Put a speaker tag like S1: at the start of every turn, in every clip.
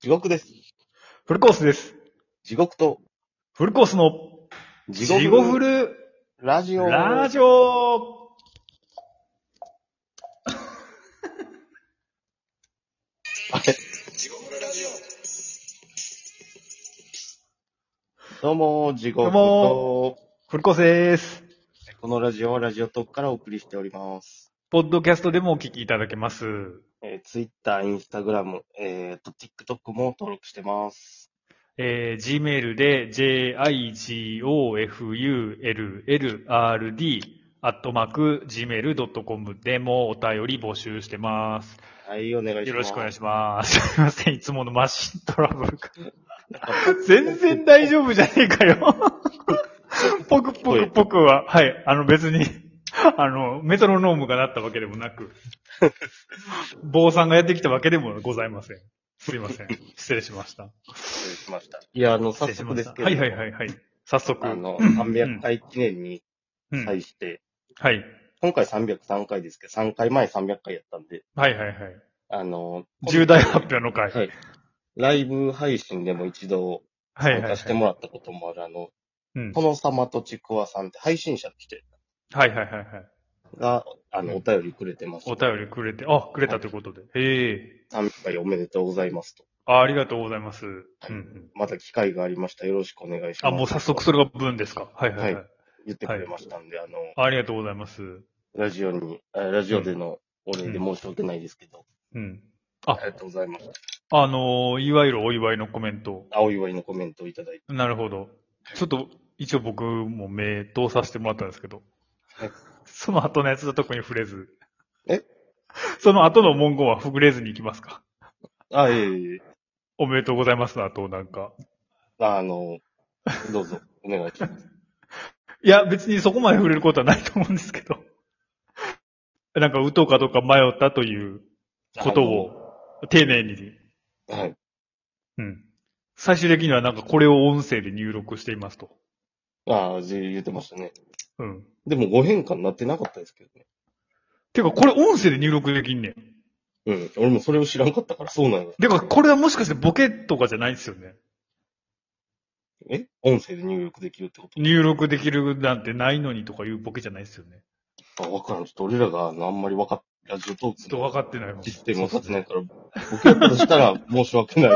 S1: 地獄です。
S2: フルコースです。
S1: 地獄と、
S2: フルコースの、
S1: 地
S2: 地獄フル
S1: ラジオ。
S2: ラジオ
S1: あれ どうも、地獄
S2: どうも
S1: と、
S2: フルコースです。
S1: このラジオはラジオトークからお送りしております。
S2: ポッドキャストでもお聞きいただけます。
S1: えー、Twitter、Instagram、えー、と、TikTok も登録してます。
S2: えー、gmail で jigofullrd アットマーク gmail.com でもお便り募集してます。
S1: はい、お願いします。
S2: よろしくお願い
S1: し
S2: します。すいません、いつものマシントラブルが。全然大丈夫じゃねえ かよ。ポクポクポクは、はい、あの別に、あの、メトロノームが鳴ったわけでも なく、坊さんがやってきたわけでもございません。すいません。失礼しました。
S1: しました。いや、あの、
S2: 失
S1: 早
S2: 礼
S1: 速で
S2: しました。
S1: すけど、
S2: はいはいはいはい。早速。
S1: あの、300回記念に
S2: うん、はい
S1: 際して、
S2: はい
S1: 今回303回ですけど、3回前300回やったんで、
S2: はいはい。
S1: あの、
S2: 重大発表の回。
S1: はいライブ配信でも一度
S2: はいは
S1: 参加
S2: いはい。
S1: してもらったこともある、あの、
S2: うん
S1: 殿様とちくわさんって配信者の人
S2: はいはいはいはい。
S1: が、あの、
S2: うん
S1: お便りくれてます。
S2: お便りくれて、あ、くれたということで。へえ。
S1: 3回おめでとうございますと。
S2: あありがとうございます。うんうん、
S1: また機会がありました。よろしくお願いします。
S2: あ、もう早速それが分ですか。はいはい、
S1: は
S2: は
S1: い
S2: い。
S1: 言ってくれましたんで、あの、
S2: ありがとうございます。
S1: ラジオに、あラジオでのお礼で申し訳ないですけど、
S2: うん。あ
S1: ありがとうございました。
S2: あのーいわゆるお祝いのコメント。
S1: 青祝いのコメントをいただいて。
S2: なるほど。ちょっと、一応僕も目通させてもらったんですけど
S1: はい。
S2: その後のやつは特に触れず。
S1: え
S2: その後の文言は触れずに行きますか。
S1: あ、ええいえいえ
S2: おめでとうございますの後なんか。
S1: ああの、どうぞ、お願いします。
S2: いや、別にそこまで触れることはないと思うんですけど。 なんか、打とうかどうか迷ったということを、丁寧に。
S1: あの。はい。
S2: うん。最終的にはなんかこれを音声で入力していますと。
S1: ああ、じ言ってましたね。
S2: うん。
S1: でも、ご変化になってなかったですけどね。
S2: てか、これ音声で入力できんねん。
S1: うん。俺もそれを知らんかったから、そうなんや。
S2: てか、これはもしかしてボケとかじゃないですよね。
S1: え音声で入力できるってこ
S2: 入力できるなんてないのにとかいうボケじゃないですよね。
S1: とあ、わからん。ちょっと俺らが、あのあんまりわかっ、ラジオトー
S2: ちょっ
S1: ク
S2: と
S1: の
S2: 分かってないもん。
S1: システムを立てないから、僕らとしたら申し訳ない。
S2: い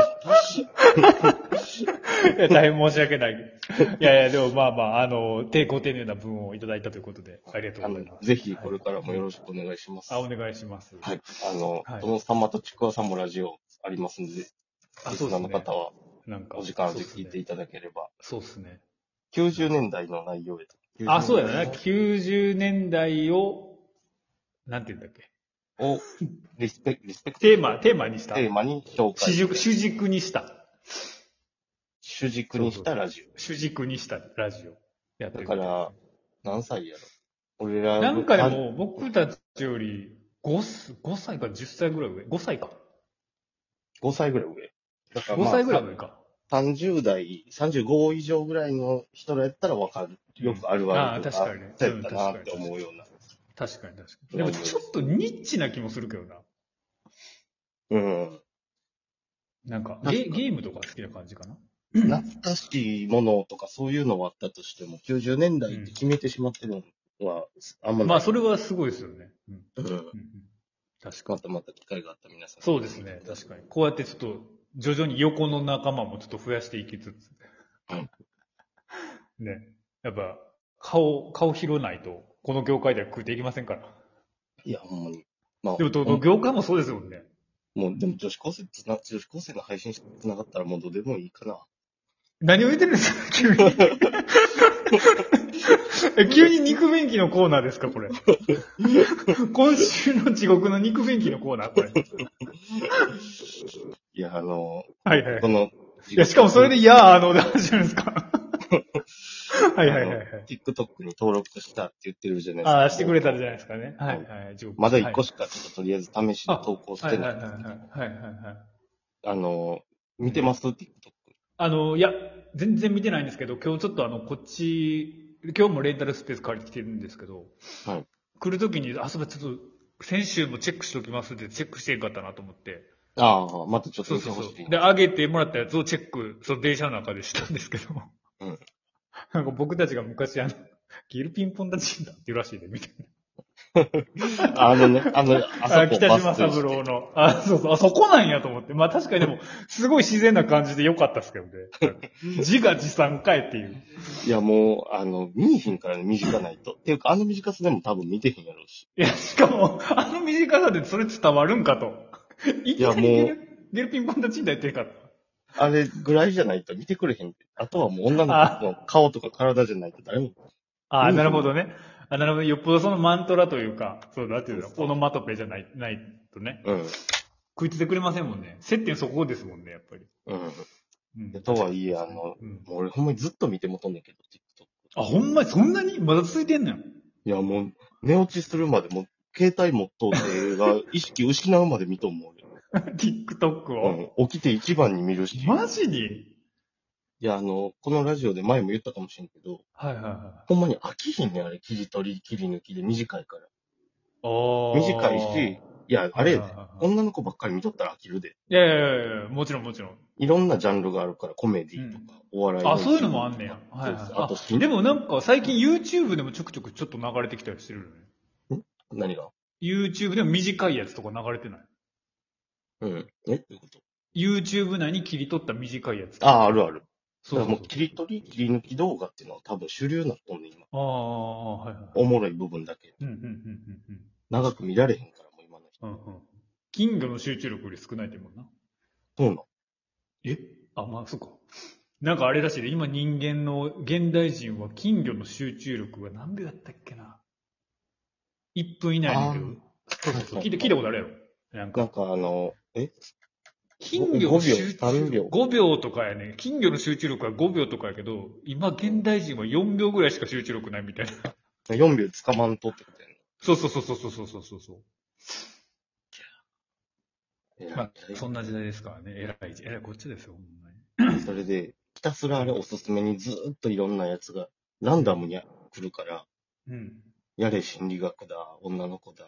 S2: や、 大変申し訳ない。いやいや、でもまあまあ、あの、抵抗丁寧な文をいただいたということで、ありがとう
S1: あ
S2: ござ
S1: の
S2: いま、す。
S1: ぜひこれからもよろしくお願いします。
S2: あ、お
S1: はい。
S2: 願いします。
S1: あの、
S2: はい
S1: 殿様とちくわさんもラジオありますんで、リス
S2: あ、
S1: ナ
S2: そうで
S1: ー
S2: す
S1: の
S2: ね
S1: 方。は
S2: なんか。
S1: お時間で聞いていただければ、
S2: そうですね。
S1: 90年代の内容へと。
S2: あ、そうだよ
S1: ね。
S2: ね。90年代を、なんて言うんだっけ。
S1: を、リスペリスペクト
S2: テーマ、テーマにした。
S1: テーマに紹
S2: 主
S1: 介。
S2: 軸、主軸にした。
S1: 主軸にしたラジ
S2: 主軸にしたラジオ。やって
S1: オ。だ
S2: る
S1: から、何歳やろ俺ら、
S2: なんかでも、僕たちより5す、5歳か10歳ぐらい上。5歳か。
S1: 5歳ぐらい上。だからま
S2: 5
S1: あ
S2: 歳ぐらい上か。
S1: 30代、35以上ぐらいの人らやったらわかる。よくある
S2: う
S1: わ
S2: ん
S1: け
S2: あー確かにね
S1: そうやったなって
S2: うん確かに
S1: 思うような。
S2: 確かに確かに。でもちょっとニッチな気もするけどな。
S1: うん。
S2: なんか、ゲゲームとか好きな感じかな。
S1: 懐かしいものとかそういうのはあったとしても、90年代って決めてしまってるのは、あんまない
S2: まあ、それはすごいですよね。うん。
S1: うん。
S2: うんうん確かに。
S1: またまた機会があったら皆さん。
S2: そうですね。確かに。こうやってちょっと、徐々に横の仲間もちょっと増やしていきつ つ
S1: うん。
S2: ね。やっぱ、顔、顔拾わないと、この業界では食っていきませんから。
S1: いや、ほんまに。まあ、
S2: でも、ど
S1: ほ
S2: の
S1: ん
S2: 業界もそうですもんね。
S1: もう、でも女子高生つな、女子高生の配信しなかったらもうどうでもいいかな。
S2: 何を言ってるんですか 急に。え急に肉便器のコーナーですかこれ。今週の地獄の肉便器のコーナーこれ。
S1: いや、あの、
S2: はいはい
S1: こ。の、
S2: いや、しかもそれで、いやー、あの、で始めるん ですかはいはいはいはい。
S1: TikTok に登録したって言ってるじゃないですか。
S2: ああ、してくれたんじゃないですかね。はいはい。地獄
S1: まだ1個
S2: し
S1: しかちょっととりあえず試しで投稿してない。
S2: はいはいはいはいはいはいはい。
S1: あの、見てます ?TikTok。
S2: あの、いや、全然見てないんですけど、今日ちょっとあの、こっち、今日もレンタルスペース借りてきてるんですけど、
S1: はい
S2: 来るときに、あ、そういえばちょっと、先週もチェックしておきますってチェックしてんかったなと思って、
S1: ああ、またちょっと
S2: そう
S1: 見て
S2: そう
S1: ほ
S2: そ
S1: しい。
S2: う。で、上げてもらったやつをチェック、その電車の中でしたんですけど。
S1: うん
S2: なんか僕たちが昔あの、ギルピンポンダチンだって言うらしいで、みたいな。
S1: あのね、あの、あそ
S2: あ
S1: こ
S2: 北
S1: バ
S2: 島
S1: ス
S2: 三郎の。あ、そうそう。あ、そこなんやと思って。まあ確かにでも、すごい自然な感じで良かったですけどね。 自画自賛かいっていう。
S1: いや、もう、あの、見えへんからね、短ないと。っていうか、あの短さでも多分見てへんやろうし。
S2: いや、しかも、あの短さでそれ伝わるんかと。いきなり
S1: いや
S2: ゲ
S1: もう
S2: ルゲルピンポンダチンだ言ってるかと。
S1: あれぐらいじゃないと見てくれへん。あとはもう女の子の顔とか体じゃないと誰も。
S2: ああ、
S1: うん
S2: なるほどね。あなるほど。よっぽどそのマントラというか、そう、なんていうの、オノマトペじゃない、ないとね。
S1: うん。
S2: 食いついてくれませんもんね。接点そこですもんね、やっぱり。
S1: うん。
S2: うん
S1: でとはいえ、あの、も
S2: うん
S1: う俺ほんまにずっと見てもとんねんけど、TikTok。
S2: あ、ほんまにそんなにまだ続いてんのよ。
S1: いや、もう、寝落ちするまでもう、携帯持っとうて が、意識失うまで見とんもん
S2: TikTok を。
S1: 俺。うん。起きて一番に見るし。
S2: マジに
S1: いや、あの、このラジオで前も言ったかもしれんけど、
S2: はいはいは
S1: ほんまに飽きひんねん、あれ。切り取り、切り抜きで短いから。
S2: い。お
S1: 短いし、いや、あれやで、
S2: い
S1: 女の子ばっかり見とったら飽きるで。
S2: やいやいやいや、もちろんもちろん。
S1: いろんなジャンルがあるから、コメディとか、お笑い
S2: あ、そういうのもあんねや。はいはい
S1: そうですあ
S2: あ
S1: と新
S2: でもなんか最近 YouTube でもちょくちょくちょっと流れてきたりしてるよね。
S1: 何が
S2: YouTube でも短いやつとか流れてない。
S1: うん。えどういうこと
S2: YouTube 内に切り取った短いやつ。
S1: ああ、あるある。
S2: そうそ
S1: だ
S2: う
S1: からもう切り取り、切り抜き動画っていうのは多分主流なとんねん、今。
S2: ああ、はいはい。
S1: おもろい部分だけ。
S2: うんうんうんうん
S1: 長く見られへんから、もう今の人。
S2: うん。うんうん。金魚の集中力より少ないってもんな。
S1: そうなの。
S2: えあ、まあ、そうか。なんかあれらしいで、今人間の、現代人は金魚の集中力が何秒やったっけな。1分以内に秒。そうそうそう。聞いて聞いたことあるやろ。なん
S1: な
S2: か
S1: ん、かあの、え
S2: 金魚の集中
S1: 5秒3秒
S2: 5秒とかやね。金魚の集中力は5秒とかやけど、今現代人は4秒ぐらいしか集中力ないみたいな。
S1: ?4 秒捕まんとってことや
S2: そうそうそうそうそうそうそうそう。
S1: ね。
S2: まあ、そ
S1: そ
S2: んな時代ですからね。偉い、偉い、こっちですよ、ほんまに。
S1: それで、ひたすらあれおすすめにずーっといろんなやつが、ランダムに来るから、
S2: うん。
S1: やれ心理学だ、女の子だ、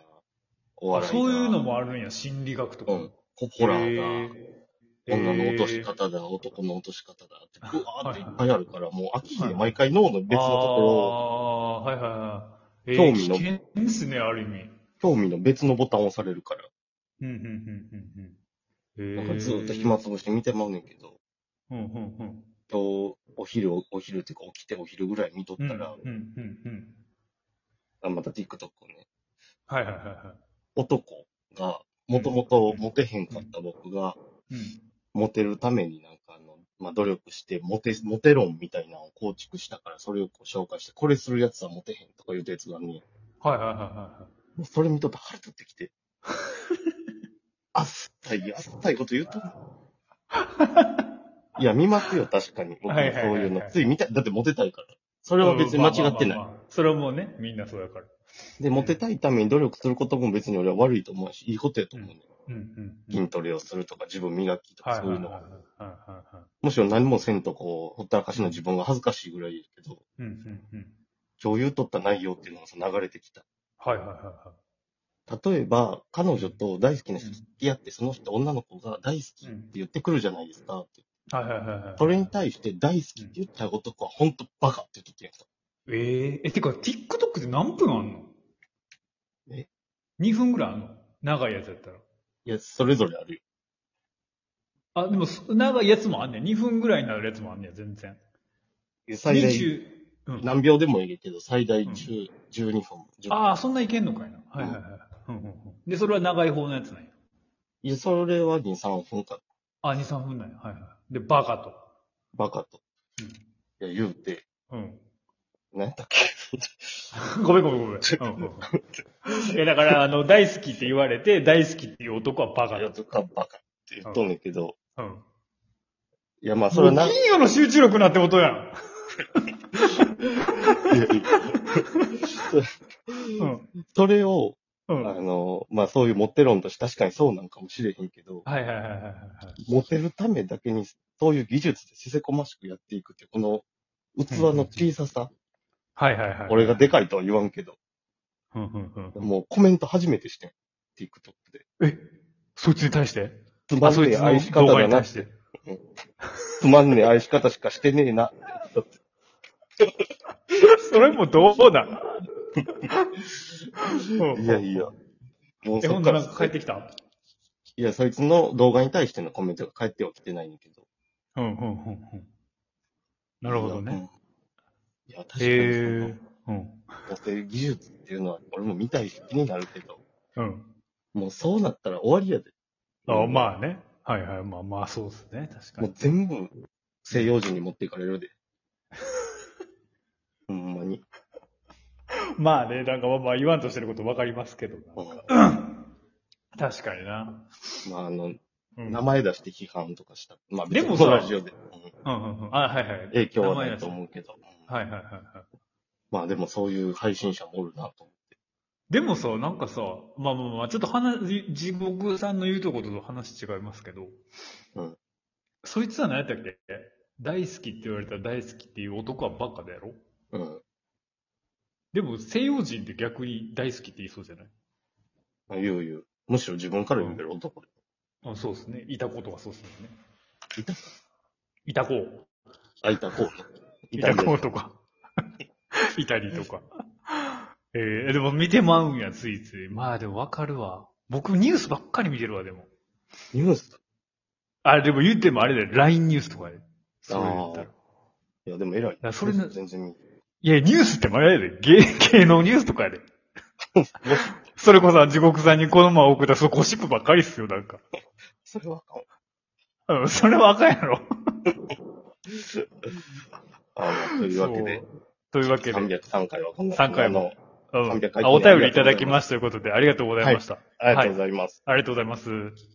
S1: お
S2: あ
S1: 笑いだ。
S2: そういうのもあるんや、心理学とか。
S1: うんホホラ
S2: へ
S1: ーだ、
S2: ー
S1: 女の落とし
S2: へー
S1: 方だ、男の落とし方だって、
S2: はい
S1: ぶわーっていっぱいあるから、もう飽きひんで、毎回脳の別のとこ
S2: ああー、はいはいはい。えー、
S1: 興味の
S2: 危険ですね、ある意味。
S1: ろを、興味の別のボタンを押されるから、
S2: うん、うん、うん、うん。うん
S1: な
S2: へ
S1: ん
S2: ー
S1: かずーっと暇つぶして見てまうねんけど、
S2: うん、うん、うん。
S1: 今日、お昼、お昼っていうか起きてお昼ぐらい見とっ
S2: うん、
S1: たら、
S2: うん、うん、うん。
S1: あまた TikTok をね、
S2: はいはいはいは
S1: 男が、もともとモテへんかった僕が、
S2: い。うん。
S1: モテるためになんかあの、まあ、努力して、モテ、モテ論みたいなのを構築したから、それをこう紹介して、これするやつはモテへんとかいうやつがね、
S2: はいはいはいは
S1: もうそれ見とって腹立ってきて。あっさい、あっさいこと言う とんの。いや、見ますよ、確かに。僕もそう
S2: はいはい
S1: い
S2: は
S1: う
S2: い
S1: の
S2: は。い
S1: つい見たい。だってモテたいから。そ
S2: い。
S1: れは別に間違って
S2: まあまあまあ
S1: ない。
S2: まあ。それはもうね、みんなそうやから。
S1: で、モテたいために努力することも別に俺は悪いと思うし、いいことやと思うね。
S2: うん、うん。うん
S1: 筋トレをするとか、自分磨きとか、
S2: はい
S1: そ
S2: は
S1: う
S2: い
S1: いう
S2: はい
S1: のが
S2: はい。はいは
S1: むしろ何もせんとこう、ほったらかしの自分が恥ずかしいぐらいやけど、
S2: い。うん、うん、うん。
S1: 共有取った内容っていうのがその流れてきた。
S2: はいはいはいは
S1: 例えば、彼女と大好きな人付き合って、その人、女の子が大好きって言ってくるじゃないですかって。
S2: い。はいはいはいはい。
S1: それに対して大好きって言った男は本当バカって言ってきました。
S2: えええ、てか、TikTok って何分あんの
S1: え
S2: ?2 分ぐらいあんの長いやつやったら。
S1: いや、それぞれあるよ。
S2: あ、でも、そ長いやつもあんねん。2分ぐらいになるやつもあんねん、全然。
S1: 最大、
S2: 20うん。
S1: 何秒でもいいけど、最大10 12分。10分
S2: ああ、そんないけんのかいな。はいはいはい。うんうんうん、で、それは長い方のやつなんや。
S1: いや、それは2、3分か。
S2: あ、2、3分なんや。はいはい。で、バカと。
S1: バカと。いや、言うて、
S2: うん。
S1: 何やったっけ
S2: ごめんごめんごめん。うんうんうん、いや、だから、あの、大好きって言われて、大好きっていう男はバカ
S1: いや、
S2: だ
S1: とかバカって言っとんねんけど、
S2: と。うん。
S1: いや、まあ、
S2: そ
S1: そ
S2: れ
S1: れ
S2: は
S1: はな、
S2: 金魚の集中力なってことやん。
S1: いやいや
S2: うん。
S1: それを、
S2: う
S1: あ
S2: ん。はい
S1: の、まあ、そういうモテ論として確かにそうなんかもしれへんけど、
S2: はいはいはいはいはい。
S1: モテるためだけに、そういう技術でせせこましくやっていくって、この器の小ささ、
S2: はいはいはい。
S1: 俺がでかいとは言わんけど、
S2: うんうんうん。
S1: もうコメント初めてしてん。TikTok で。
S2: え、そいつに対して
S1: つまんねえ愛し方だな。つ
S2: て。
S1: まんねえ愛し方しかしてねえな。
S2: それもどう だうん
S1: いやいや。もう
S2: え、
S1: そ
S2: ほ
S1: っ
S2: ん
S1: か
S2: と
S1: ら
S2: なんか帰ってきた
S1: いや、そいつの動画に対してのコメントが返ってはきてないんだけど。
S2: うん、うん、うん、うん。なるほどね。
S1: いや。うんいや、確かに
S2: へ
S1: その
S2: え。うん。
S1: 補正技術っていうのは、俺も見たいし気になるけど、
S2: うん。
S1: もうそうなったら終わりやで。
S2: あ
S1: うん
S2: まあね。はいはい。まあまあ、そうですね。確か
S1: もう
S2: に。
S1: 全部、西洋人に持っていかれ るで。ほんまに。
S2: まあね、なんかまあまあ言わんとしてることわかりますけど。
S1: うん
S2: 確かにな。
S1: まあ、あの、
S2: うん。
S1: 名前出して批判とかした。まあ、
S2: で
S1: 別
S2: も
S1: に
S2: さ
S1: このラジオで、うん
S2: うんうんうん。あ、はいはい。
S1: 影響はないと思うけど。うん
S2: はいはいはいはい。
S1: まあ、でもそういう配信者もおるなと。
S2: でもさ、なんかさ、まあまあまあ、ちょっと話、地獄さんの言うとことと話違いますけど、
S1: うん
S2: そいつは何やったっけ大好きって言われたら大好きっていう男はバカだやろ
S1: うん。
S2: でも西洋人って逆に大好きって言いそうじゃない
S1: まあ、言う言う。むしろ自分から言うけど男 で。
S2: あそうですね。いた子とかそうですね。
S1: いた
S2: いた子。
S1: あ、いたこうと。
S2: い
S1: い
S2: た
S1: た
S2: 子
S1: こ
S2: と か。いたりとか。えー、でも見てまうんや、ついつい。まあでもわかるわ。僕ニュースばっかり見てるわ、でも。
S1: ニュース。
S2: あ、でも言ってもあれだよ。LINE ニュースとかで。それ言ったら
S1: あ。いや、でも偉い。
S2: やそれな
S1: 全然見る
S2: いや、ニュースって前やで。芸、 芸能ニュースとか やで。それこそ地獄さんにこのまま送ったそのゴシップばっかりっすよ、なんか。
S1: それはあかんわ
S2: うん、それはあかんやろ。
S1: あまあというわけで。
S2: そう。というわけで、うん。
S1: 303回はこんな
S2: 3回も
S1: あの300回
S2: あお便りいただきましたということで、ありがとうございました。
S1: ありがとうございます。
S2: ありがとうございます。